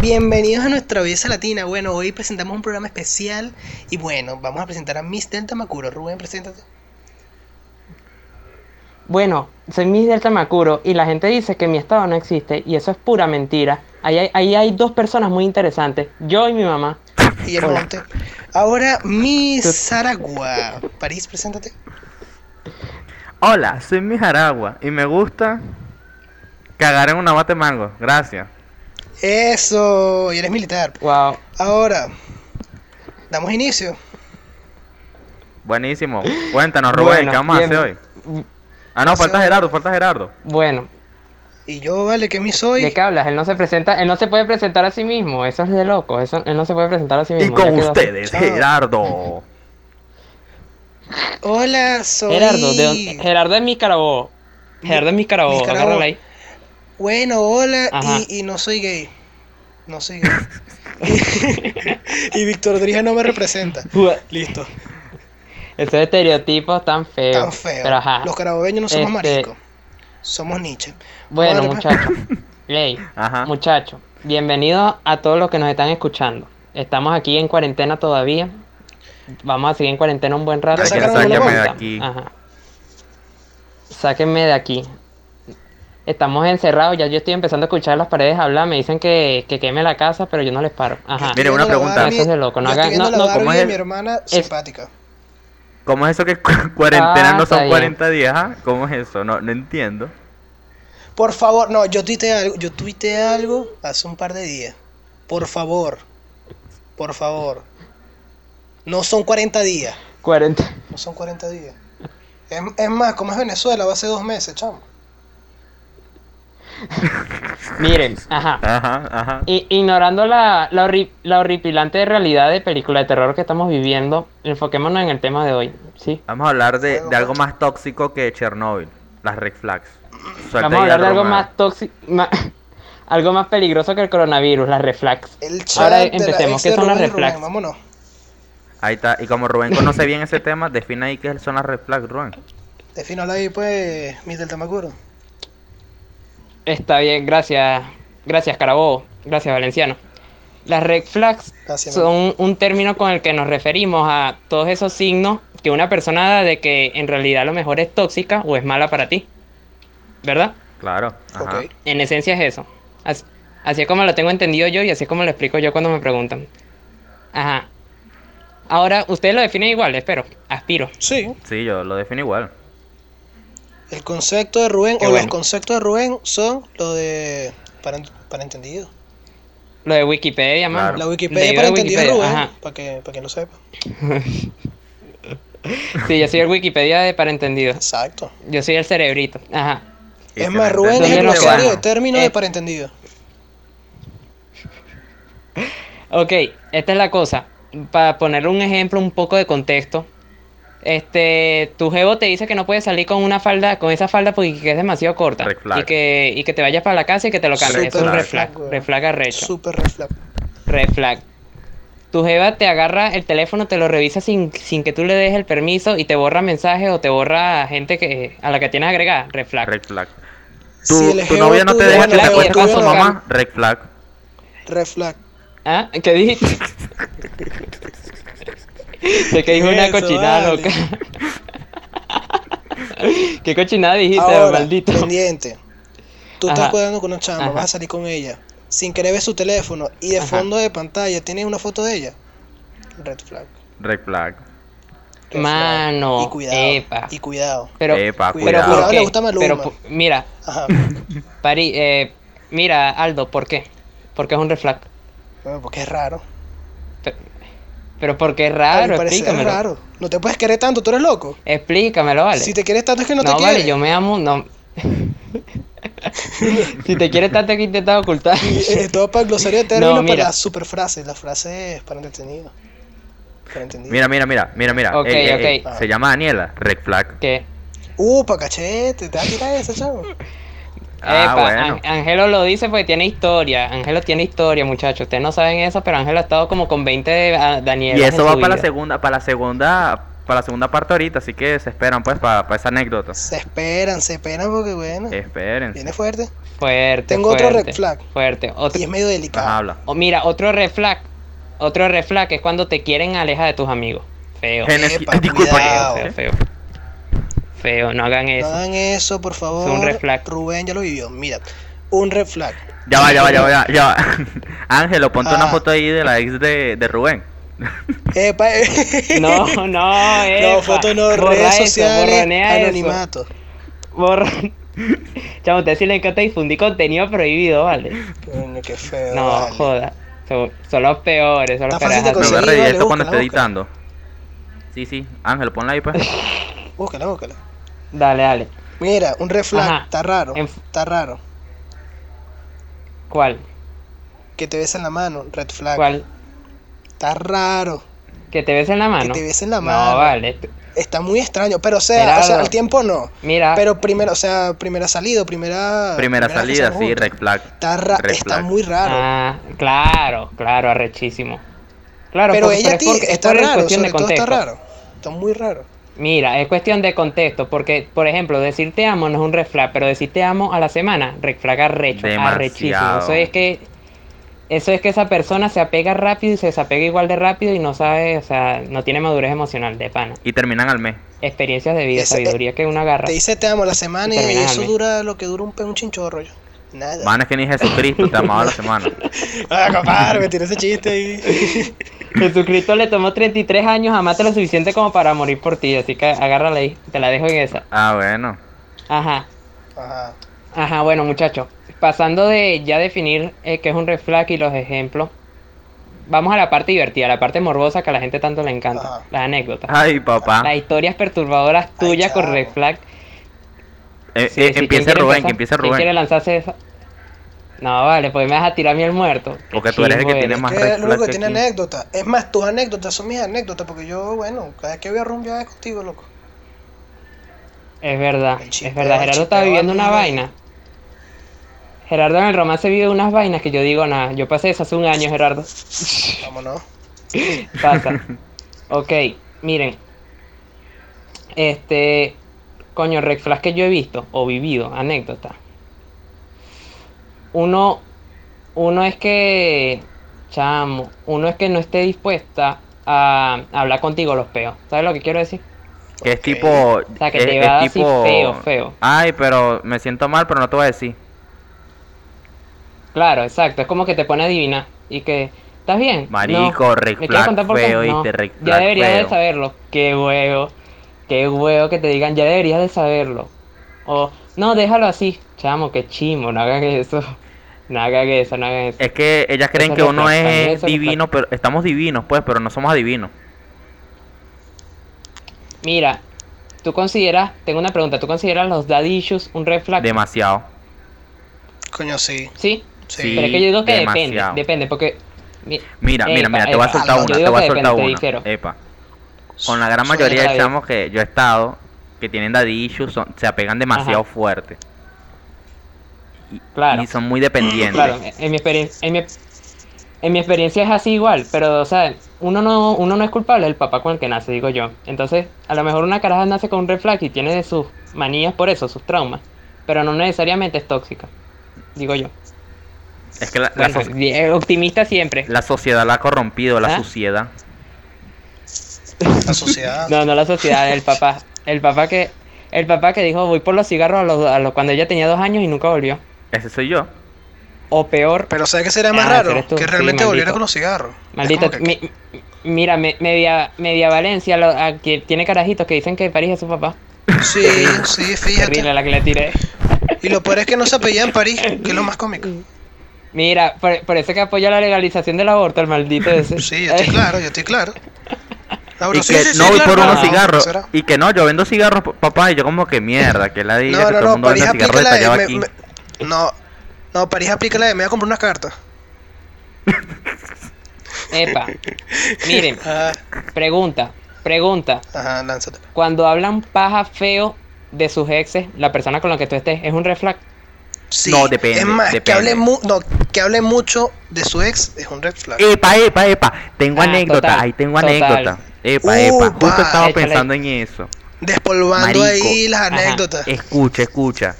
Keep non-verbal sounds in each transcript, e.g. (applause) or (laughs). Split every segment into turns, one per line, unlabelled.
Bienvenidos a nuestra belleza latina. Bueno, hoy presentamos un programa especial y bueno, vamos a presentar a Miss Delta Macuro. Rubén, preséntate.
Bueno, soy Miss Delta Macuro y la gente dice que mi estado no existe y eso es pura mentira. Ahí hay, ahí hay dos personas muy interesantes, yo y mi mamá.
Y el
Hola.
monte. Ahora, Miss Aragua. París, preséntate.
Hola, soy Mijaragua y me gusta cagar en una mate mango. Gracias.
Eso, y eres militar.
Wow.
Ahora, damos inicio.
Buenísimo. Cuéntanos, Rubén,
Bueno,
¿qué vamos a
bien.
hacer hoy? Ah, no, falta Gerardo, falta Gerardo.
Bueno,
Y yo, vale, que Miss soy.
¿de qué hablas? Él no se presenta, él no se puede presentar a sí mismo, eso es de loco, eso, él no se puede presentar a sí
Y
mismo. ya
con
quedó así. Ah.
ustedes,
Chao.
Gerardo.
Hola, soy.
Gerardo, de dónde- Gerardo es mi carabobo. Gerardo es mi carabobo,
Miscarabo.
agárralo ahí.
Bueno, hola,
Ajá.
y, y no soy gay. No soy gay. (laughs) y Víctor Drija no me representa.
Ua,
Listo,
Esos estereotipos tan feos.
tan feo.
Eh, Pero ajá.
Los carabobeños no somos
Este,
maricos. Somos Nietzsche.
Bueno,
Ahora, pues,
muchachos.
(laughs)
Ley.
Ajá.
Muchachos, bienvenidos a todos los que nos están escuchando. Estamos aquí en cuarentena todavía. Vamos a seguir en cuarentena un buen rato.
Ya
pero
sacaron la
no nos
bomba.
juntamos.
aquí.
Ajá. Sáquenme de aquí. Estamos encerrados, ya yo estoy empezando a escuchar las paredes hablar, me dicen que, que queme la casa, pero yo no les paro. Ajá.
estoy
Mire, una
viendo la
pregunta.
Barbie-
Eso es de loco, no
yo estoy
hagan-
viendo
no,
la
no,
Barbie
¿cómo es
de
el-
mi hermana simpática.
¿Cómo es eso que cu- cuarentena
Ah,
no
está
son
bien.
40 días? ah? ¿Cómo es eso? No, no entiendo.
Por favor, no, yo tuiteé algo, yo tuiteé algo hace un par de días. Por favor. Por favor. No son 40 días.
40.
No son 40 días. Es, es más, como es Venezuela, va a ser dos meses, chamo.
Miren, ajá.
Ajá, ajá.
I- ignorando la, la, horri- la horripilante realidad de película de terror que estamos viviendo, enfoquémonos en el tema de hoy, ¿sí?
Vamos a hablar de,
Bueno,
de algo
macho.
más tóxico que Chernobyl. Las red flags. Suelta
Vamos a
ahí
hablar de algo
Rubén.
más tóxico, (laughs) algo más peligroso que el coronavirus, las reflex.
El chat
Ahora
de la
empecemos,
ex
¿qué
de
son las
Rubén
red
y Rubén,
flags?
Vámonos.
Ahí está. Y como Rubén conoce bien ese tema, define ahí qué son las red flags, Rubén.
Defínalo ahí, pues, Miss Delta Macuro.
Está bien, gracias, gracias Carabobo, gracias Valenciano. Las red flags
Gracias,
son un término con el que nos referimos a todos esos signos que una persona da de que en realidad a lo mejor es tóxica o es mala para ti, ¿verdad?
Claro. Ajá.
Ok.
En esencia es eso. As- Así, es como lo tengo entendido yo y así es como lo explico yo cuando me preguntan. Ajá. Ahora, ustedes lo definen igual, espero. Aspiro.
Sí,
Sí, yo lo defino igual.
el concepto de Rubén,
Qué
o los
bueno.
conceptos de Rubén son lo de. Para, para entendido.
Lo de Wikipedia, mano.
Claro.
La Wikipedia
Leído
para
de
entendido de
Wikipedia,
Rubén,
ajá.
para que, para que lo sepa.
Sí, yo soy el Wikipedia de parentendido.
Exacto.
Yo soy el cerebrito. Ajá.
Y
es
si
más,
no
Rubén es
entendiste,
el
Este Entonces,
glosario de
bueno,
términos de
eh,
para entendido.
Ok, esta es la cosa. Para ponerle un ejemplo, un poco de contexto. Este, tu jevo te dice que no puedes salir con una falda, con esa falda porque que es demasiado corta.
Red flag.
Y que, y que te vayas para la casa y que te lo cambien.
Super
Eso es un
red
red flag.
flag, weón.
Red flag arrecho.
Súper red flag.
Red flag. Tu jeva te agarra el teléfono, te lo revisa sin, sin que tú le des el permiso y te borra mensajes o te borra gente que, a la que tienes agregada. Red flag.
Red flag.
Si
Tu,
el
tu
ejeo
novia no te
tuyo
deja
no te
que te
es
acuestes
deja
con su
tocar.
mamá, red flag.
Red flag.
¿Ah? ¿Qué
(laughs)
dijiste? Sé que dijo una
Eso,
cochinada
vale.
loca. (laughs) ¿Qué cochinada dijiste,
Ahora,
maldito?
pendiente. Tú estás
Ajá.
cuidando con una chama,
Ajá.
vas a salir con ella. Sin querer ves su teléfono y de
Ajá.
fondo de pantalla tienes una foto de ella. Red flag.
Red flag.
Red flag.
Mano,
Y cuidado.
epa.
Y cuidado.
Pero,
Epa,
pero
pero,
cuidado.
¿por
Cuidado, le
qué?
gusta Maluma.
pero, po- mira,
Ajá.
Pari, eh, mira, Aldo, ¿por qué? Porque es un red flag.
Bueno, porque es raro.
Pe- Pero porque es
a mi
raro,
parecer es
explícamelo.
raro. No te puedes querer tanto, tú eres loco.
Explícamelo, vale.
Si te quieres tanto es que no, te
vale,
quieres.
yo me amo, no. (laughs) si te quieres tanto que intentas
(laughs)
ocultar. (laughs)
Eh, todo para el glosario de términos, para
mira.
las super frases. Las frases para entretenido. Para entendido.
Mira, mira, mira, mira, mira.
Ok,
Ey, ey,
ok.
ey. Se llama Daniela, red flag.
¿Qué?
Upa, cachete. Te vas a tirar esa, chavo.
Ah,
Epa,
bueno.
An- Angelo lo dice porque tiene historia. Angelo tiene historia, muchachos. Ustedes no saben eso, pero Angelo ha estado como con 20 de ah, a- Danielas
Y
en
eso
su
va para la
vida.
segunda, para la segunda para la segunda parte ahorita, así que se esperan pues para, para esa anécdota.
Se esperan, se esperan porque, bueno,
Esperen.
viene fuerte.
Fuerte.
Tengo otro
fuerte,
red flag.
Fuerte. Otro-
Y es medio delicado.
habla.
o mira, otro red flag. Otro red flag es cuando te quieren alejar de tus amigos. Feo.
Gen- Genesis-
Epa,
Ay, (laughs) disculpa,
cuidado.
Feo, feo. Feo, no hagan
No
eso.
hagan eso, por favor.
Es un red flag.
Rubén ya lo vivió. Mira, un red flag.
Ya va, ya va, ya va, ya va, ya va. (laughs) Ángelo, ponte una
Ah.
foto ahí de la ex de, de Rubén.
Epa, (laughs) eh.
No, no,
No,
epa.
foto no,
Borra
redes
eso,
sociales,
borronea eso.
anonimato.
Borra. (laughs) Chamo, a usted sí le encanta difundir contenido prohibido, ¿vale?
Coño, Mm, qué feo.
No,
vale.
joda. Son, son los peores, son los
Está fácil de
peores.
Conseguí,
Me voy a reír
vale,
esto cuando esté
búscala, búscala.
editando. Sí, sí. Ángelo, ponla ahí pues.
Búscala, búscala.
Dale, dale.
Mira, un red flag.
Ajá.
Está raro.
Enf-
Está raro.
¿Cuál?
Que te besen la mano. Red flag.
¿Cuál?
Está raro.
¿Que te besen la mano?
te besen la
No,
mano.
vale.
Está muy extraño. Pero, o sea,
Gerardo.
o sea, al tiempo no.
Mira,
Pero primero, o sea, primera salida, primera.
Primera
vez que
salida,
se
sí,
juntan.
red flag.
Está, ra-
Red
está
flag.
muy raro.
Ah, claro, claro, arrechísimo. Claro,
pero
porque-
ella
es
ti-
porque- es
está
por
raro,
cuestión
sobre
de
todo está
contexto.
raro. Está muy raro.
Mira, es cuestión de contexto, porque, por ejemplo, decir te amo no es un red flag, pero decir te amo a la semana, red flag arrecho,
Demasiado.
arrechísimo. Eso es que, eso es que esa persona se apega rápido y se desapega igual de rápido y no sabe, o sea, no tiene madurez emocional de pana.
Y terminan al mes.
Experiencias de vida,
Ese-
sabiduría que uno agarra.
eh, Te dice te amo la semana y,
Y terminas
eso
al mes.
dura lo que dura un, pe- un chinchorro. yo. Nada.
Mano, es que ni Jesucristo te amaba la semana.
Ah, compadre, me tiré ese chiste
(laughs)
ahí.
Jesucristo le tomó 33 años amarte lo suficiente como para morir por ti, así que agárrala ahí, te la dejo en esa.
Ah, bueno.
Ajá.
Ajá.
Ajá, bueno, muchachos, pasando de ya definir eh, qué es un red flag y los ejemplos, vamos a la parte divertida, la parte morbosa que a la gente tanto le encanta,
Ajá.
las anécdotas,
Ay, papá.
las historias perturbadoras
Ay,
tuyas con
chao.
red flag.
Eh,
Sí,
eh,
sí, ¿quién
empieza
quiere
Rubén,
empezar?
que empieza
¿Quién quiere
Rubén.
lanzarse esa? No, vale, pues me vas a tirar a mí el muerto. Qué
Porque tú eres el
chimbo
que tiene
eres.
Más
Que
red
es lo único
flag
que
que
tiene
aquí.
anécdotas. Es más, tus anécdotas son mis anécdotas, porque yo, bueno, cada vez que voy a rumbear es contigo, loco.
Es verdad,
El
es
chipeo,
verdad.
el
Gerardo está
chipeo
viviendo una
anda.
vaina. Gerardo en el romance vive unas vainas que yo digo, nada, yo pasé eso hace un
(laughs)
año, Gerardo.
Vámonos.
Pasa. ok, miren. Este. Coño, red flags que yo he visto o vivido, anécdota. Uno. Uno es que. Chamo. Uno es que no esté dispuesta a hablar contigo los peos. ¿Sabes lo que quiero decir?
Que es
Ok.
tipo.
sea, que
es,
te
es
va así
tipo.
feo, feo.
Ay, pero me siento mal, pero no te voy a decir.
Claro, exacto. Es como que te pone a adivinar y que. ¿Estás bien?
Marico, red
¿Me quieres
flag
contar por qué?
feo,
No.
¿viste? Red
Ya
flag
deberías de
feo.
saberlo. Qué huevo. Qué huevo que te digan, ya deberías de saberlo. O, no, déjalo así. Chamo, qué chimo, no hagan eso. (laughs) No hagan eso, no hagan eso.
Es que ellas creen
Eso
que
es
uno
red flag, también
es
eso es red
divino, pero estamos divinos, pues, pero no somos adivinos.
Mira, tú consideras, tengo una pregunta, ¿tú consideras los daddy issues un red flag?
Demasiado.
Coño, sí.
Sí,
Sí.
pero es que yo digo que
demasiado.
depende, depende, porque... mi-
Mira, mira,
Epa,
mira, te voy a
epa,
soltar
yo
una,
digo
te voy a
que
soltar
depende,
una.
dijeron.
Epa. Con la gran mayoría
Suéltala
de
bien.
chamos que yo he estado, que tienen daddy issues, son- se apegan demasiado fuerte. Y,
Claro.
y son muy dependientes.
Claro, en mi, experien- en, mi, en mi experiencia es así igual, pero, o sea, uno no, uno no es culpable del papá con el que nace, digo yo. Entonces, a lo mejor una caraja nace con un red flag y tiene de sus manías por eso, sus traumas, pero no necesariamente es tóxica, digo yo.
Es que la, la
Bueno,
so-
eh, optimista siempre.
la sociedad la ha corrompido, la
¿Ah?
suciedad.
(laughs) La sociedad.
No, no la sociedad, el papá. El papá que, el papá que dijo, voy por los cigarros a los, a los- cuando ella tenía dos años y nunca volvió.
Ese soy yo.
O peor,
Pero ¿sabes qué sería más
Ah,
raro?
eres tú.
Que
Sí,
realmente
maldito.
volviera con los cigarros. Es
Maldito,
como que-
mi- mi- mira, me- media, media Valencia lo- a que tiene carajitos que dicen que París es su papá.
Sí, sí,
Terrible
fíjate.
la que le tiré.
Y lo peor es que no se apellía en París, que es lo más cómico.
Mira, por, por eso que apoya la legalización del aborto, el maldito ese.
Sí, yo estoy claro, yo estoy claro. Lauro,
y
sí,
que
sí, sí,
no voy
claro,
por
no,
unos
no,
cigarros.
será.
Y que no, yo vendo cigarros, p- papá. Y yo, como que mierda, que la diga
No,
que todo el
no, no,
mundo
París
vende cigarros
aplica la
detallados
de. me-
aquí.
me- No, no, París aplica la de. Me voy a comprar unas cartas.
(laughs) Epa. Miren,
Ajá,
pregunta, pregunta.
ajá, lánzate.
Cuando hablan paja feo de sus exes, la persona con la que tú estés, ¿es un reflag?
Sí,
No, depende,
Es más, que
depende.
hable, mu- no, que hable mucho de su ex es un red flag.
Eh, Epa, epa, epa. Tengo
Ah,
anécdota,
total,
ahí tengo
total.
anécdota. Epa, epa,
Upa,
justo estaba
échale.
pensando en eso.
Despolvando
Marico,
ahí las
ajá,
anécdotas.
Escucha, escucha.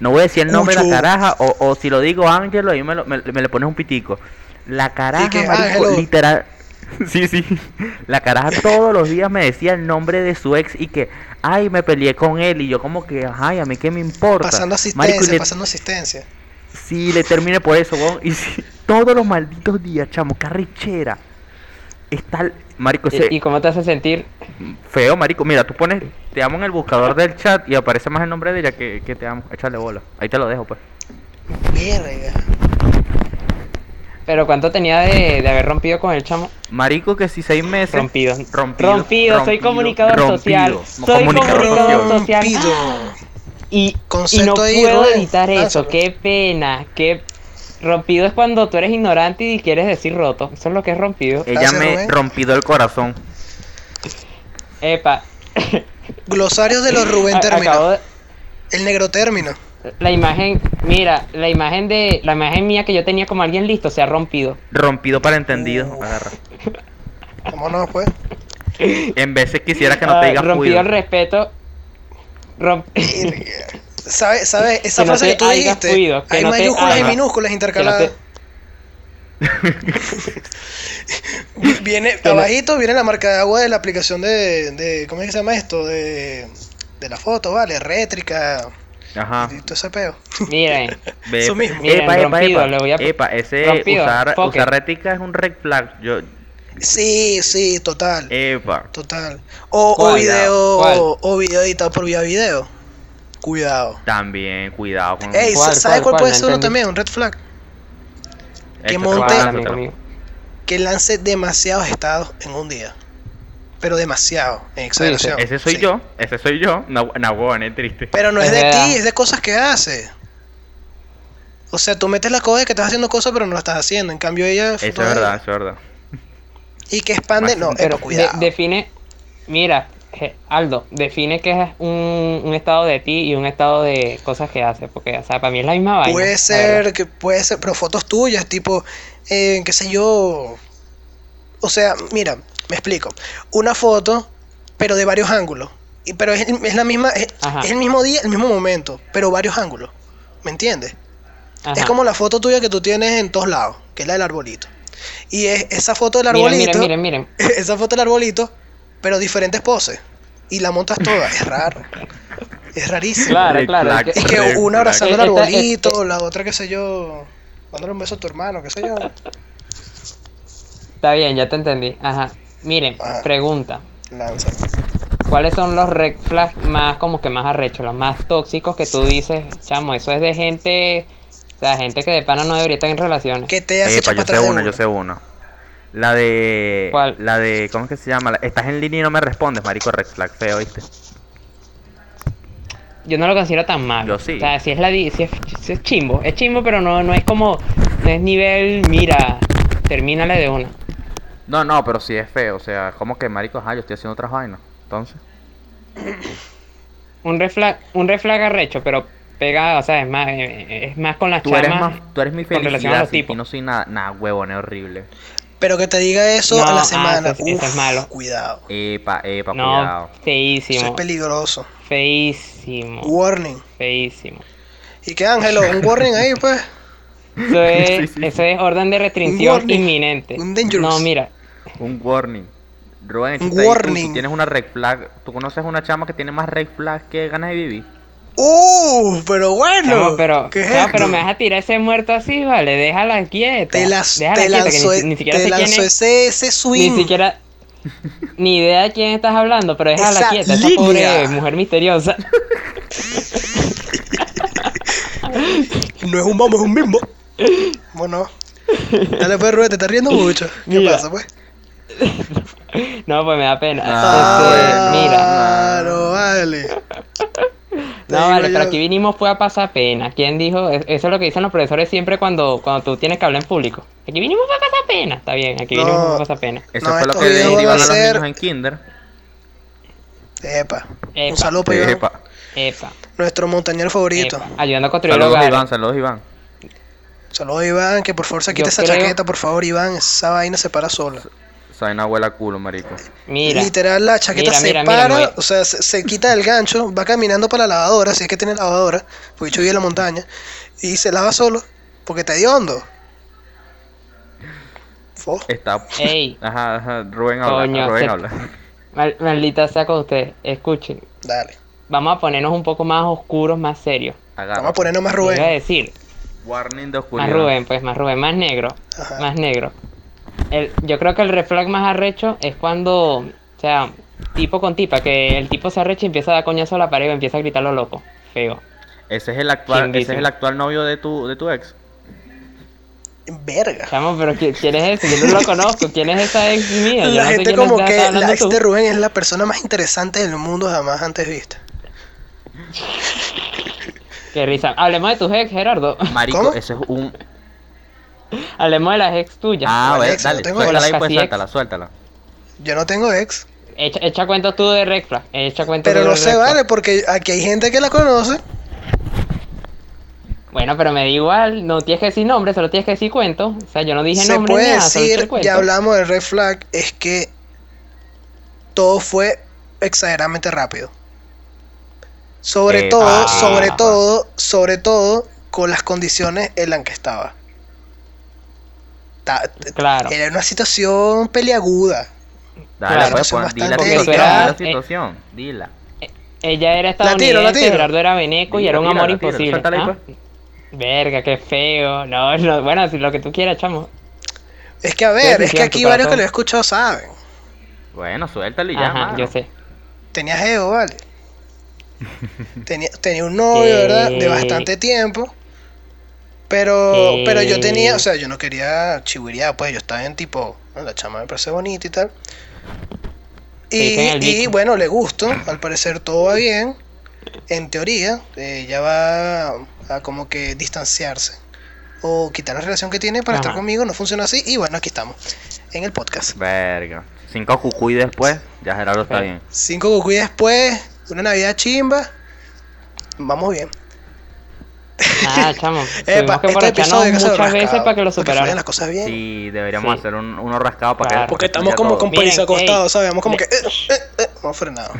No voy a decir el nombre de
Cucho.
la caraja, o, o si lo digo Ángelo, ahí me, lo- me- me le pones un pitico. La caraja,
que,
marico,
Ángelo.
literal. (laughs) Sí, sí. La caraja todos los días me decía el nombre de su ex y que, ay, me peleé con él. Y yo, como que, ay, a mí qué me importa.
Pasando
Marico, y
asistencia,
le-
pasando asistencia.
Sí, le terminé por eso, weón. Y (laughs) sí, todos los malditos días, chamo, carrichera. Está, el- marico, ese-
Eh, ¿Y, y cómo te hace sentir?
feo, marico. Mira, tú pones, te amo en el buscador del chat y aparece más el nombre de ella que, que te amo. Échale bola. Ahí te lo dejo, pues.
Verga.
Pero ¿cuánto tenía de, de haber rompido con el chamo?
Marico, que si seis meses.
Rompido.
Rompido.
Rompido, soy comunicador social.
rompido.
Soy comunicador
Rompido.
social. Y, y
Concepto
no
ahí,
puedo
Rubén,
editar eso,
lánzalo.
qué pena, qué... Rompido es cuando tú eres ignorante y quieres decir roto. Eso es lo que es rompido.
Ella
Gracias,
me
Rubén.
rompido el corazón.
Epa.
Glosarios de los Rubén
A-
término.
acabo de-
El negro término.
La imagen, mira, la imagen de la imagen mía que yo tenía como alguien listo se ha rompido.
Rompido para entendido.
Uf.
Agarra.
Vámonos, pues.
En veces quisiera que no
Ah,
te digas
rompido
cuido.
el respeto. romp- (laughs)
¿Sabes? ¿Sabes? Esa
Que no
frase
te
que tú
hagas
dijiste.
ruido, que
hay
no te
mayúsculas y
hagas-
minúsculas
que no (laughs)
intercaladas.
te-
Viene
no-
abajito, viene la marca de agua de la aplicación de, de ¿cómo es que se llama esto? De, de la foto, vale, rétrica
Ajá.
y todo ese peo. (laughs)
miren,
Ve,
Eso mismo.
Miren,
Epa, epa,
rompido,
epa.
le voy a-
Epa, ese
Rompido,
usar,
poke.
usar rética es un red flag. Yo,
Sí, sí, total,
Eh. epa.
total. O, o
¿Cuál?
video,
¿Cuál?
o video editado por vía video. Cuidado.
También, cuidado con
Ey,
¿Cuál,
¿sabes cuál,
cuál, cuál?
puede
No
ser uno
entendí.
también? Un red flag.
Échatela,
que monte-
échatela.
guarda, amigo mío.
Que lance demasiados estados en un día. Pero demasiado, en exageración.
Ese soy
sí.
yo, ese soy yo. No, no, huevón, es triste.
Pero no es
Es
de
verdad.
ti, es de cosas que hace. O sea, tú metes la cosa de que estás haciendo cosas, pero no la estás haciendo. En cambio, ella.
Eso es verdad, eso es verdad.
Y que expande. No,
Pero
pero cuidado.
de- define, mira, eh, Aldo, define que es un, un estado de ti y un estado de cosas que haces, porque, o sea, para mí es la misma vaina.
puede
la
ser,
verdad.
que puede ser, pero fotos tuyas, tipo, eh, qué sé yo. O sea, mira, me explico. Una foto, pero de varios ángulos. Y, pero es, el- es la misma, es,
Ajá.
es el mismo día, el mismo momento, pero varios ángulos. ¿Me entiendes? Es
Ajá.
como la foto tuya que tú tienes en todos lados, que es la del arbolito. Y es esa foto del arbolito.
Miren, miren, miren, miren.
(laughs) esa foto del arbolito, pero diferentes poses. Y la montas toda, es raro. Es rarísimo.
Claro,
Red
claro,
flag,
es
Y que
red
una
flag.
abrazando al
Esta- este.
arbolito,
esta-
la otra, qué sé yo, dándole un beso a tu hermano, qué sé yo.
Está bien, ya te entendí. Ajá. Miren,
Ajá.
pregunta.
Lanza.
¿Cuáles son los red flags más como que más arrechos, los más tóxicos que tú dices, chamo, eso es de gente, o sea, gente que de pana no debería estar en relaciones?
Que te hace
Epa,
echar para
yo sé
atrás de
una,
uno.
yo sé una. La de.
¿Cuál?
La de. ¿Cómo es que se llama? La- Estás en línea y no me respondes, marico Red Flag feo, ¿viste?
Yo no lo considero tan malo.
Yo sí.
O sea, si es la di- si es, si es chimbo, es chimbo, pero no no es como no es nivel, mira, termínale de una.
No, no, pero sí es feo. O sea, como que, marico, ajá, yo estoy haciendo otras vainas. Entonces.
Un red flag, un red flag arrecho, pero pegado, o sea, es más eh, es más con las
Tú eres
chamas.
más. Tú eres mi
con relación a
felicidad.
los
sí,
tipos.
y no soy nada. Nada, huevón, es horrible.
Pero que te diga eso
No,
a
ah,
la semana.
eso es- eso es
Uf,
malo.
Cuidado.
Epa, epa,
no,
cuidado.
Eso es
feísimo,
peligroso.
feísimo,
Warning.
(laughs)
feísimo.
Y que Ángelo,
(laughs)
un warning ahí, pues.
Eso es,
Sí, sí, sí.
eso es orden de
Un
restricción
warning.
inminente.
Un dangerous.
No, mira,
Un warning.
Un
Rubén, existe ahí, tú-
warning.
Tú, tienes una red flag. Tú conoces una chama que tiene más red flag que ganas de vivir.
Uh, pero bueno.
chamo, pero,
¿qué es
chamo,
esto?
pero me vas a tirar ese muerto así, vale, déjala quieta.
Te, las, te
déjala quieta, que
lanzó,
ni, ni siquiera
te
sé quién
lanzó
es,
ese, ese swing.
ni siquiera, ni idea de quién estás hablando, pero déjala
Esa
quieta, esa
línea.
pobre mujer misteriosa. (laughs)
No es un vamos, es un
(laughs)
mismo. Bueno. Dale pues, Rubén, te estás riendo mucho. ¿Qué
Mira.
pasa, pues?
No, pues me da pena.
Ah,
Este, mira,
no vale.
no
digo
vale, pero
yo.
aquí vinimos fue a pasar pena. ¿Quién dijo? Es- Eso es lo que dicen los profesores siempre cuando, cuando tú tienes que hablar en público. Aquí vinimos fue a pasar pena, está bien, aquí
No.
vinimos fue a pasar pena.
Eso
No,
fue lo
estos
que
videos van a
derivaron a los
ser-
niños en Kinder.
Epa. Un
Epa.
saludo para Iván,
Epa.
Epa,
nuestro montañero favorito.
epa, ayudando a construir
Saludos,
hogares.
Iván, saludos, Iván.
Saludos, Iván, que por favor se quite
Yo
esa
creo-
chaqueta, por favor, Iván. Esa vaina se para sola.
Soy una abuela culo, marico.
Mira.
Literal, la chaqueta
Mira,
se
mira, mira,
para,
muy-
o sea, se, se quita del gancho, va caminando para la lavadora, si es que tiene lavadora, porque yo vivo en la montaña, y se lava solo, porque está hediondo. Fo.
Está.
Ey,
Ajá, ajá, Rubén habla.
Coño,
Rubén
(laughs)
se-
habla.
mal- maldita sea con ustedes. Escuchen,
Dale.
vamos a ponernos un poco más oscuros, más serios.
Vamos
Agarra.
a ponernos más
Voy a
Rubén.
decir,
Warning de
más
oscuridad.
Rubén, pues más Rubén, más negro,
Ajá.
más negro. El, yo creo que el reflag más arrecho es cuando, o sea, tipo con tipa, que el tipo se arrecha y empieza a dar coñazo a la pared y empieza a gritar lo loco. Feo.
Ese es el actual, ese es
Chinguísimo.
el actual novio de tu, de tu ex.
Verga.
Chamo, pero ¿qui- ¿quién es ese? Yo no lo conozco. ¿Quién es esa ex mía? Yo
La
no sé
gente
quién es,
como
estás
que
hablando
la ex
tú.
de Rubén es la persona más interesante del mundo jamás antes vista.
Qué risa. Hablemos de tus ex, Gerardo. (laughs)
Marico,
¿Cómo?
eso es un.
Hablemos de las ex tuyas.
Ah, a
Vale,
ver,
ex,
dale,
no tengo
suéltala
ex.
ahí, pues
Casi ex.
suéltala, suéltala.
Yo no tengo ex,
Echa, echa cuentos tú de Red Flag. Echa cuentos
pero
tú de
no se
Red Flag.
vale porque aquí hay gente que la conoce.
Bueno, pero me da igual. No tienes que decir nombre, solo tienes que decir cuentos. O sea, yo no dije
se
nombre
puede
ni nada, solo dije
decir,
cuentos.
ya hablamos del red flag, es que todo fue exageradamente rápido. Sobre
Eh,
todo,
ah,
sobre
ah.
todo, sobre todo con las condiciones en las que estaba. Ta- t-
Claro.
Era una situación peliaguda.
Dale,
Claro,
pues,
son
pon-
bastante
dila, dila,
delicada,
dila la
eh.
situación, dila.
Ella era
tiro, la
estadounidense,
tiro.
Gerardo era veneco y
Dila,
era un
dila,
Eh, amor
la tira,
imposible.
suéltala ahí,
¿ah?
pues.
Verga, qué feo. No, no, bueno, si lo que tú quieras, chamo.
Es que a ver,
sí,
es que
sí, en
aquí
tu
varios que
corazón.
lo he escuchado saben.
Bueno, suéltalo y ya,
Ajá,
mano.
yo sé.
Tenía geo,
(laughs)
vale. Tenía, tenía un novio,
Eh.
¿verdad? De bastante tiempo. Pero,
Eh.
pero yo tenía, o sea, yo no quería chihuiría, pues yo estaba en tipo, "Ah, la chama me parece bonita y tal. Y,
dicen el
y,
bicho.
bueno, le gusto, al parecer todo va bien, en teoría, eh, ya va a como que distanciarse o quitar la relación que tiene para estar
Ajá.
conmigo, no funciona así y bueno, aquí estamos, en el podcast.
Verga. Cinco cucuy después, ya Gerardo está
Ok.
bien.
Cinco cucuy después, una Navidad chimba. Vamos bien.
Ah, chamo.
(laughs) Epa,
Tuvimos
este
que
episodio
emborracharnos
hay que hacerlo
muchas veces
rascado,
para que
porque
lo
salgan
superaran.
las cosas bien.
Sí, deberíamos
Sí.
hacer un, uno rascado para
Claro.
que.
Porque
para
estamos
que
como
todo.
con
Miren,
París acostados,
ey,
¿sabes? Vamos como que.
le-
eh, eh, eh, Vamos frenado.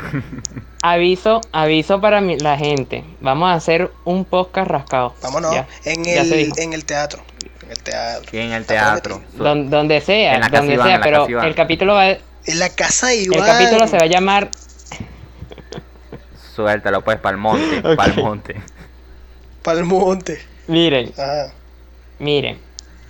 Aviso, aviso para mi- la gente. Vamos a hacer un podcast rascado.
Vámonos.
Ya,
en,
ya se
el,
dijo.
en el teatro. En el teatro.
Sí, en el
Está
teatro.
prometido.
Su-
Don- donde sea,
En la casa
donde
Iván,
sea,
en la
pero
casa Iván.
el capítulo va, el
En la casa de Iván.
capítulo se va a llamar
Suéltalo pues para el
(laughs)
monte,
Ok.
para el monte.
Pa'l monte.
Miren,
Ajá.
miren.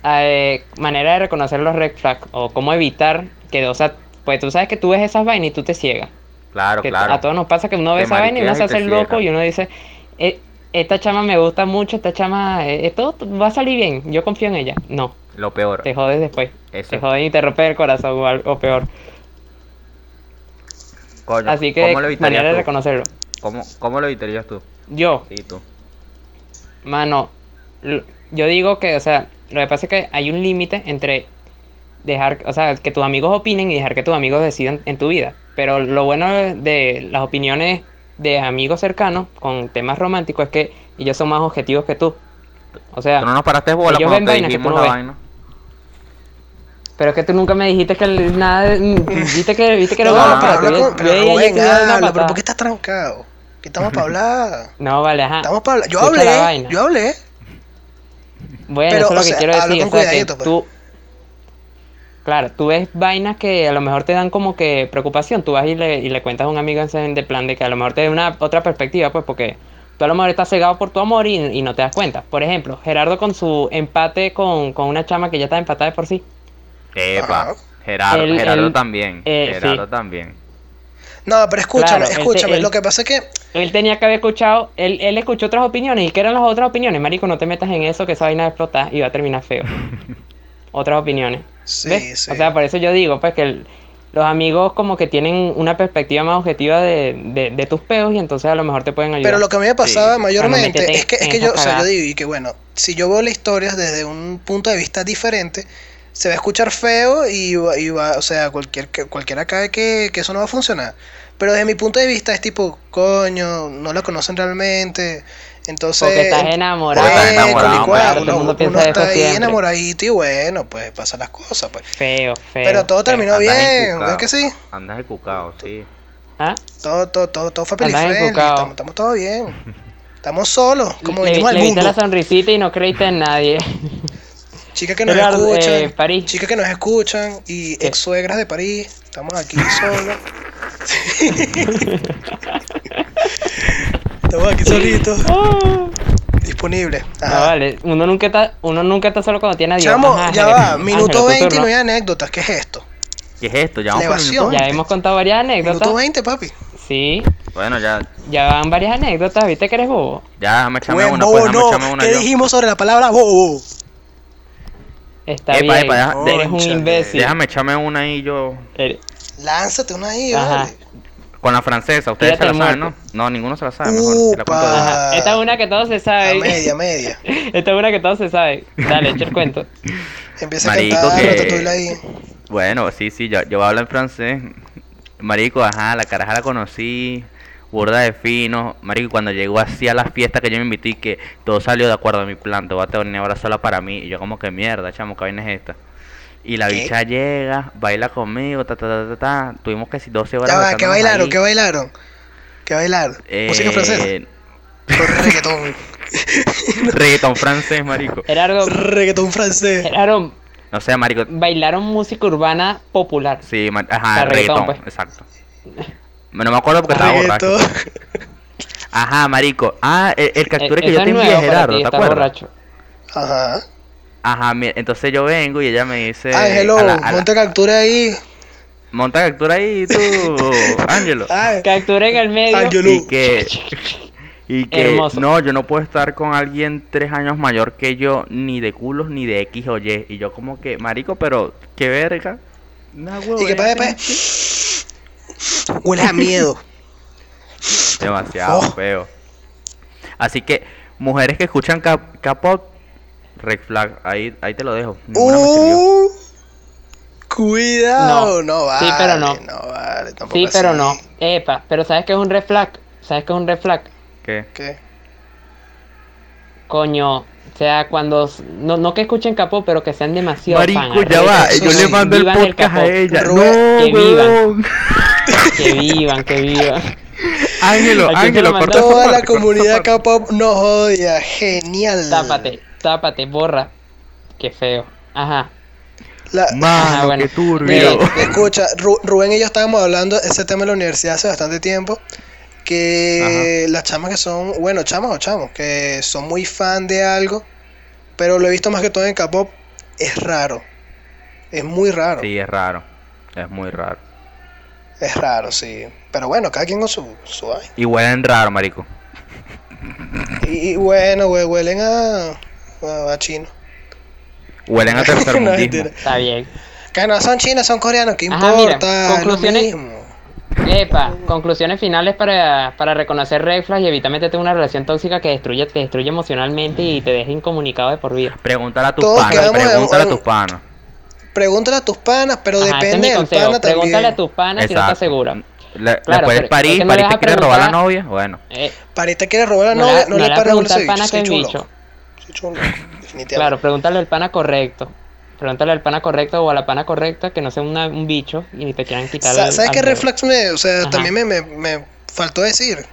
eh, manera de reconocer los red flags o cómo evitar que, o sea, pues tú sabes que tú ves esas vainas y tú te ciegas.
Claro,
que
claro.
a todos nos pasa que uno ve
Te
esa vaina y uno
mariqueas
se
y
hace
te
el loco
ciegas.
y uno dice, "Eh, esta chama me gusta mucho, esta chama, eh, esto va a salir bien, yo confío en ella. No,
Lo peor.
te jodes después.
Eso.
Te joden y te rompen el corazón o, al- o peor.
Coño,
Así que
¿cómo lo evitarías
manera de
tú?
reconocerlo.
¿Cómo, ¿Cómo lo evitarías tú?
Yo,
Sí, tú.
mano, l- yo digo que, o sea, lo que pasa es que hay un límite entre dejar, o sea, que tus amigos opinen y dejar que tus amigos decidan en tu vida. Pero lo bueno de- de las opiniones de amigos cercanos con temas románticos es que ellos son más objetivos que tú. O sea,
Tú no nos paraste bola
ellos ven
cuando te
vainas que
dijimos
tú
la
no ves.
vaina.
pero es que tú nunca me dijiste que el- nada, de- dijiste que, viste que era
No,
bueno,
pero
para
tú
habla
ves-
con- pero
yo veía ayer
Rubén,
que yo daba una
habla, pero
patada.
¿por qué estás trancado? Que
(laughs)
estamos para hablar.
No, vale, ajá.
Estamos para hablar. Yo
Escucha la
hablé,
vaina.
yo hablé.
Bueno,
Pero,
eso es
o
lo que
sea,
quiero
habla
decir.
con
o sea, que
cuidadito, pues.
tú. Claro, tú ves vainas que a lo mejor te dan como que preocupación. Tú vas y le, y le cuentas a un amigo en ese- de plan de que a lo mejor te dé una otra perspectiva, pues porque tú a lo mejor estás cegado por tu amor y, y no te das cuenta. Por ejemplo, Gerardo con su empate con, con una chama que ya está empatada de por sí.
Epa.
Ajá.
Gerardo,
El-
Gerardo
el-
también.
eh,
Gerardo
sí.
también.
No, pero escúchame,
Claro, este,
escúchame.
el-
Lo que pasa es que
Él tenía que haber escuchado, él, él escuchó otras opiniones. ¿Y qué eran las otras opiniones? Marico, no te metas en eso, que esa vaina va a explotar y va a terminar feo. otras opiniones.
Sí,
¿Ves?
sí.
O sea, por eso yo digo, pues que el- los amigos como que tienen una perspectiva más objetiva de, de- de tus peos y entonces a lo mejor te pueden ayudar.
Pero lo que a mí me pasaba
Sí.
mayormente
Cuando metete
es que, es
en
que yo,
esa
o sea, yo
cagada.
digo, y que bueno, si yo veo la historia desde un punto de vista diferente, se va a escuchar feo y va, y va- o sea, cualquier, que- cualquiera cae que, que eso no va a funcionar. Pero desde mi punto de vista es tipo, coño, no la conocen realmente, Entonces,
Porque estás enamorado.
Estás
eh,
enamorado,
coño,
claro,
uno-
todo el mundo
uno,
piensa eso
está ahí
siempre.
enamoradito y bueno, pues pasan las cosas. pues.
Feo, feo. ¿Eh?
Pero todo
feo.
terminó
Andas
bien,
encucado.
¿ves que sí?
Andas cucao, sí.
¿Ah?
Todo, todo, todo, todo fue
Andas
pelifriendly,
encucado.
estamos, estamos todo bien. Estamos solos, como
le,
venimos
le
al
viste la
mundo.
sonrisita y no creíste
(laughs)
en nadie.
Chicas que nos
Gerardo, eh,
escuchan,
París.
chicas que nos escuchan y ex suegras de París, estamos
(laughs)
aquí solos. estamos aquí solitos,
Ah.
disponibles.
No,
Ajá.
vale, uno nunca está, uno nunca está solo cuando tiene a Dios.
Chamo,
Ajá,
ya
Ángel,
va,
Ángel,
minuto
tu
20 y
turno.
no hay anécdotas, ¿qué es esto?
¿Qué es esto? Ya vamos por el
Elevación.
minuto.
Ya hemos contado varias anécdotas.
Minuto 20, papi.
Sí,
Bueno, ya,
ya van varias anécdotas, viste que eres bobo.
ya déjame echarme
Buen
una,
bobo,
pues déjame echarme
no.
una
¿Qué
yo.
dijimos sobre la palabra bobo?
Está
Epa,
bien,
epa, deja-
eres un
Cónchale,
imbécil.
Déjame echarme una ahí yo
Eres-
Lánzate una ahí,
Ajá.
vale.
con la francesa. Ustedes
Tírate
se la saben,
el
¿no?
muerto.
No, ninguno se la sabe. Mejor, se la cuento
Upa.
yo.
Ajá, Esta es una que todos se
A
saben.
media, media.
(laughs) Esta es una que todos se saben. Dale, echa el cuento.
Empieza
Marico,
a cantar
que-
Ratatouille ahí.
Bueno, sí, sí, yo, yo hablo en francés. Marico, ajá, la caraja la conocí, burda de fino. Marico, cuando llegó así a la fiesta que yo me invité y que todo salió de acuerdo a mi plan, te voy a tener una hora sola para mí. Y yo como que mierda, chamo, ¿qué vaina es esta? Y la
¿Qué?
bicha llega, baila conmigo, ta, ta, ta, ta, ta. Tuvimos que si 12 horas
Ya va, ¿qué
besándonos
bailaron?
ahí.
¿Qué bailaron? ¿Qué bailaron? Música
Eh,
francesa.
(laughs)
Con reggaetón.
Reggaetón francés, marico.
Gerardo,
(laughs) reggaetón francés.
Gerardo,
No sé, marico.
bailaron música urbana popular.
Sí, ma- ajá,
Ah, reggaetón,
reggaetón,
pues.
exacto. No me acuerdo porque estaba borracho.
Reggaetón.
Ajá, marico. Ah, el, el captura que
Eh,
yo
eso es
te envié,
nuevo para
Gerardo,
ti,
¿te
estás
acuerdas?
borracho.
Ajá. Ah,
Ajá, mira, entonces yo vengo y ella me dice...
Ángelo,
a la- a la-
monta captura ahí.
monta captura ahí,
(laughs)
tú, Ángelo.
Ay,
Captura en el medio.
Ángel.
Y que... Y que
Hermoso.
no, yo no puedo estar con alguien tres años mayor que yo, ni de culos, ni de X o Y. Y yo como que, marico, pero qué verga. Una
y que pa'
huevona,
pa- Hueles a miedo.
Demasiado
Oh.
feo. Así que, mujeres que escuchan Cap- K-pop, red flag, ahí, ahí te lo dejo. (laughs) Ninguna me sirvió.
Uh, cuidado. No, vale.
Sí, pero no.
vale. Tampoco
Sí, pero
así.
no. Epa, pero ¿sabes qué es un red flag? ¿Sabes qué es un red flag?
¿Qué?
¿Qué?
Coño, o sea, cuando s- no, no que escuchen capó, pero que sean demasiado
Marico,
fan,
ya va,
eso
yo le
sí.
mando el
Vivan el
podcast a
capó.
ella.
Rubén,
que
no,
vivan.
weón.
que vivan, que vivan. ¿A
Ángelo,
quién se
Ángelo,
lo mandó?
corta esa
Toda la
parte, corta esa
comunidad
parte.
K-pop nos odia. Genial.
Tápate, tápate, borra. Qué feo. Ajá.
La-
Ah,
Mano,
bueno.
qué turbio.
Mira,
(laughs)
escucha, Ru- Rubén y yo estábamos hablando de ese tema en la universidad hace bastante tiempo. Que las chamas que son, bueno, chamas o chamos, que son muy fan de algo, pero lo he visto más que todo en K-pop, es raro. Es muy raro.
Sí, es raro. Es muy raro.
Es raro, sí. Pero bueno, cada quien con su, su vaina.
Y huelen raro, marico.
Y, y bueno, hue- huelen a, a, a chino.
(laughs)
Huelen a
No,
tercermundismo.
mentira.
Está bien.
que no son chinos, son coreanos, ¿qué
Ajá, mira,
importa? Es lo
conclusiones-
mismo.
Epa, conclusiones finales para, para reconocer red flags y evitar meterte en una relación tóxica que destruye, te destruye emocionalmente y te deje incomunicado de por vida.
Pregúntale a tus
Todos
panas,
quedamos en-
pregúntale a
en-
tus panas.
Pregúntale a tus panas, pero
Ajá, ese es
depende
mi
del
consejo.
pana también.
Pregúntale a tus panas si no
Exacto.
estás segura.
Le, le
Claro,
puedes
pero es
parir,
que no le
parir
vas
te
a
quiere robar a la
preguntar-
novia. Bueno,
Eh,
Parita quiere robar a la
no,
novia,
le-
no,
no
le
le
pares bolas
pregunta
a
al
ese bicho,
pana que
soy
es
chulo.
bicho.
Soy
(laughs)
chulo, definitivamente.
Claro, pregúntale al pana correcto. Pregúntale al pana correcto o a la pana correcta que no sea una- un bicho y ni te quieran quitar
Sa-
al-
¿Sabes
al
qué
dedo.
reflex me, o sea,
Ajá.
también me, me, me faltó decir?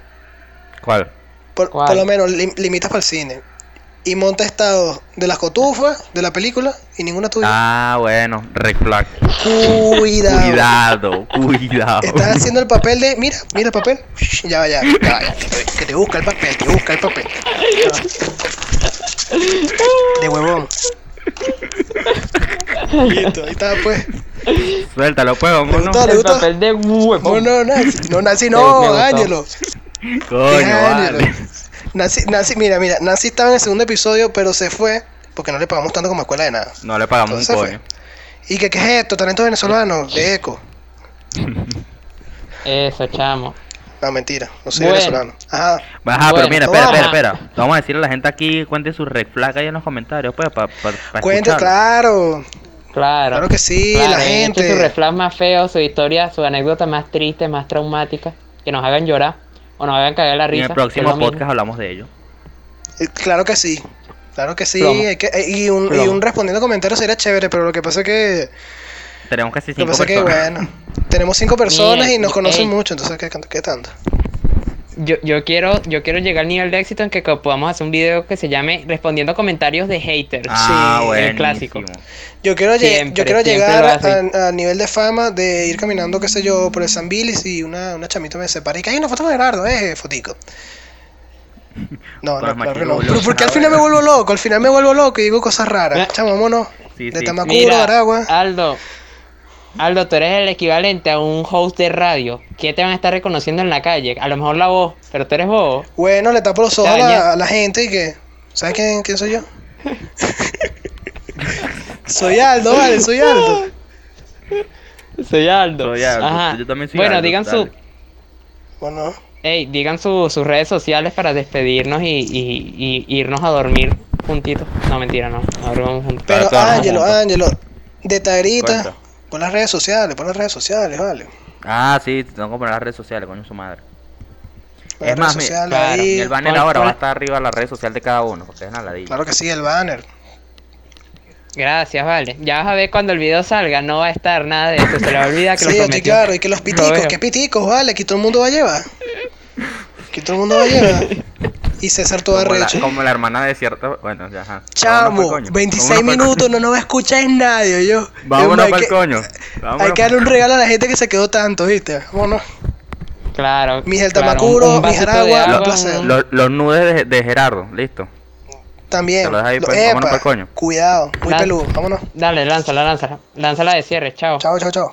¿cuál?
Por,
¿Cuál?
por lo menos lim- limitas para el cine. Y monta estados de las cotufas, de la película, y ninguna tuya.
Ah, bueno, red flag.
Cuidado.
Cuidado, cuidado. (laughs)
Estás haciendo el papel de. Mira, mira el papel. Shh, Ya va, ya. ya va, ya, que, te, que te busca el papel, que busca el
(laughs)
papel. Ya va. De huevón. Listo, ahí está, pues.
Suéltalo, pues, vámonos.
Preguntale.
El
¿Te gusta?
papel de
No,
huevo.
Oh, no, Nancy. No, Nancy,
Me
no,
gustó.
Ángelo.
Coño,
Ángelo.
vale.
Nancy, Nancy, mira, mira, Nancy estaba en el segundo episodio, pero se fue porque no le pagamos tanto como escuela de nada.
(laughs) No le pagamos un
Entonces pues, fue.
coño.
¿Y que qué es esto? Talento venezolano, de eco.
Eso, chamo.
No, mentira, no soy
Bueno.
venezolano. Ajá.
Ajá,
Bueno,
pero mira,
vamos.
espera, espera, espera. Vamos a decirle a la gente aquí, cuente su red flag ahí en los comentarios, pues, para pa, pa
Cuente,
escucharlo.
claro.
Claro.
Claro que sí, la
echen
gente.
Su reflejo más feo, su historia, su anécdota más triste, más traumática, que nos hagan llorar o nos hagan cagar la
Y
risa.
en el
que es lo
próximo
mismo.
podcast hablamos de ello.
Eh, Claro que sí. Claro que sí.
Plomo.
hay que- eh, y, un, y
Plomo.
un respondiendo comentarios sería chévere, pero lo que pasa es que.
Tenemos casi
Lo que
cinco
pasa es que,
personas.
bueno, tenemos cinco personas y
Mierda,
nos conocen
ey.
mucho, entonces, ¿qué, qué tanto?
Yo, yo quiero, yo quiero llegar al nivel de éxito en que co- podamos hacer un video que se llame Respondiendo comentarios de haters.
Ah,
Sí,
el
buenísimo.
clásico.
Yo quiero, lle- yo
Siempre,
quiero
siempre
llegar
lo hacen.
a- al nivel de fama de ir caminando, qué sé yo, por el San Bilis y una, una chamita me separa y que hay una foto de Gerardo, eh, fotico. No,
Con los
no, claro que no.
machirulos,
Pero porque al
ah,
final me
bueno.
vuelvo loco, al final me vuelvo loco y digo cosas raras.
Eh.
Chamo, vámonos.
Sí,
de
sí.
Tamacuro,
Mira,
Aragua.
Aldo, Aldo, tú eres el equivalente a un host de radio. ¿Quién te van a estar reconociendo en la calle? A lo mejor la voz, pero tú eres bobo.
Bueno, le tapo los ojos a
Ya,
la,
ya.
a la gente y que. ¿Sabes quién, quién soy yo? (laughs) soy Aldo, vale, soy Aldo.
Soy Aldo.
Soy Aldo,
Ajá.
yo también soy
bueno,
Aldo,
digan su,
dale.
Bueno,
ey, digan su- sus redes sociales para despedirnos y, y- y irnos a dormir juntitos. No, mentira, no. Ahora vamos juntos.
pero
todos nos
Ángelo,
juntos.
Ángelo, de Tagrita,
Cuenta.
pon las redes sociales, pon las redes sociales, vale.
Ah, sí, tengo que poner las redes sociales, coño su madre.
Pon las
Es más,
redes
mi-
sociales
claro,
ahí.
Y el banner
Pon-
ahora
pon-
va a estar arriba en la red social de cada uno, porque es una ladilla.
Claro que sí, el banner.
Gracias, vale. Ya vas a ver cuando el video salga, no va a estar nada de eso. Se le va a
Ah,
olvidar que
sí,
lo
estoy
prometió.
claro. Y que los
Lo
piticos,
veo.
que piticos, vale, aquí todo el mundo va a llevar. Aquí todo el mundo va a llevar. Y César todo
como, la,
arrecho.
como la hermana de cierta. Bueno, ya, ajá. Vámonos
Chamo,
pa'l coño.
26
Vámonos pa'l
minutos, no nos escucháis nadie, yo.
coño.
(laughs)
Vámonos
Hay
para
que-
el coño. Vámonos
Hay que
pa'l
darle un
coño.
regalo a la gente que se quedó tanto, ¿viste? Vámonos.
Claro.
Miguel
claro, un-
Tamacuro,
un vasito
Miguel
de
Agua,
agua,
un placer.
un-
Los, los nudes de, de Gerardo, listo.
También.
Te lo dejas ahí,
Lo-
pues, vámonos pa'l coño.
Cuidado, muy
Dale.
peludo. Vámonos.
Dale, lánzala, lánzala. Lánzala de cierre, chao.
Chao, chao, chao.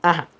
Ajá.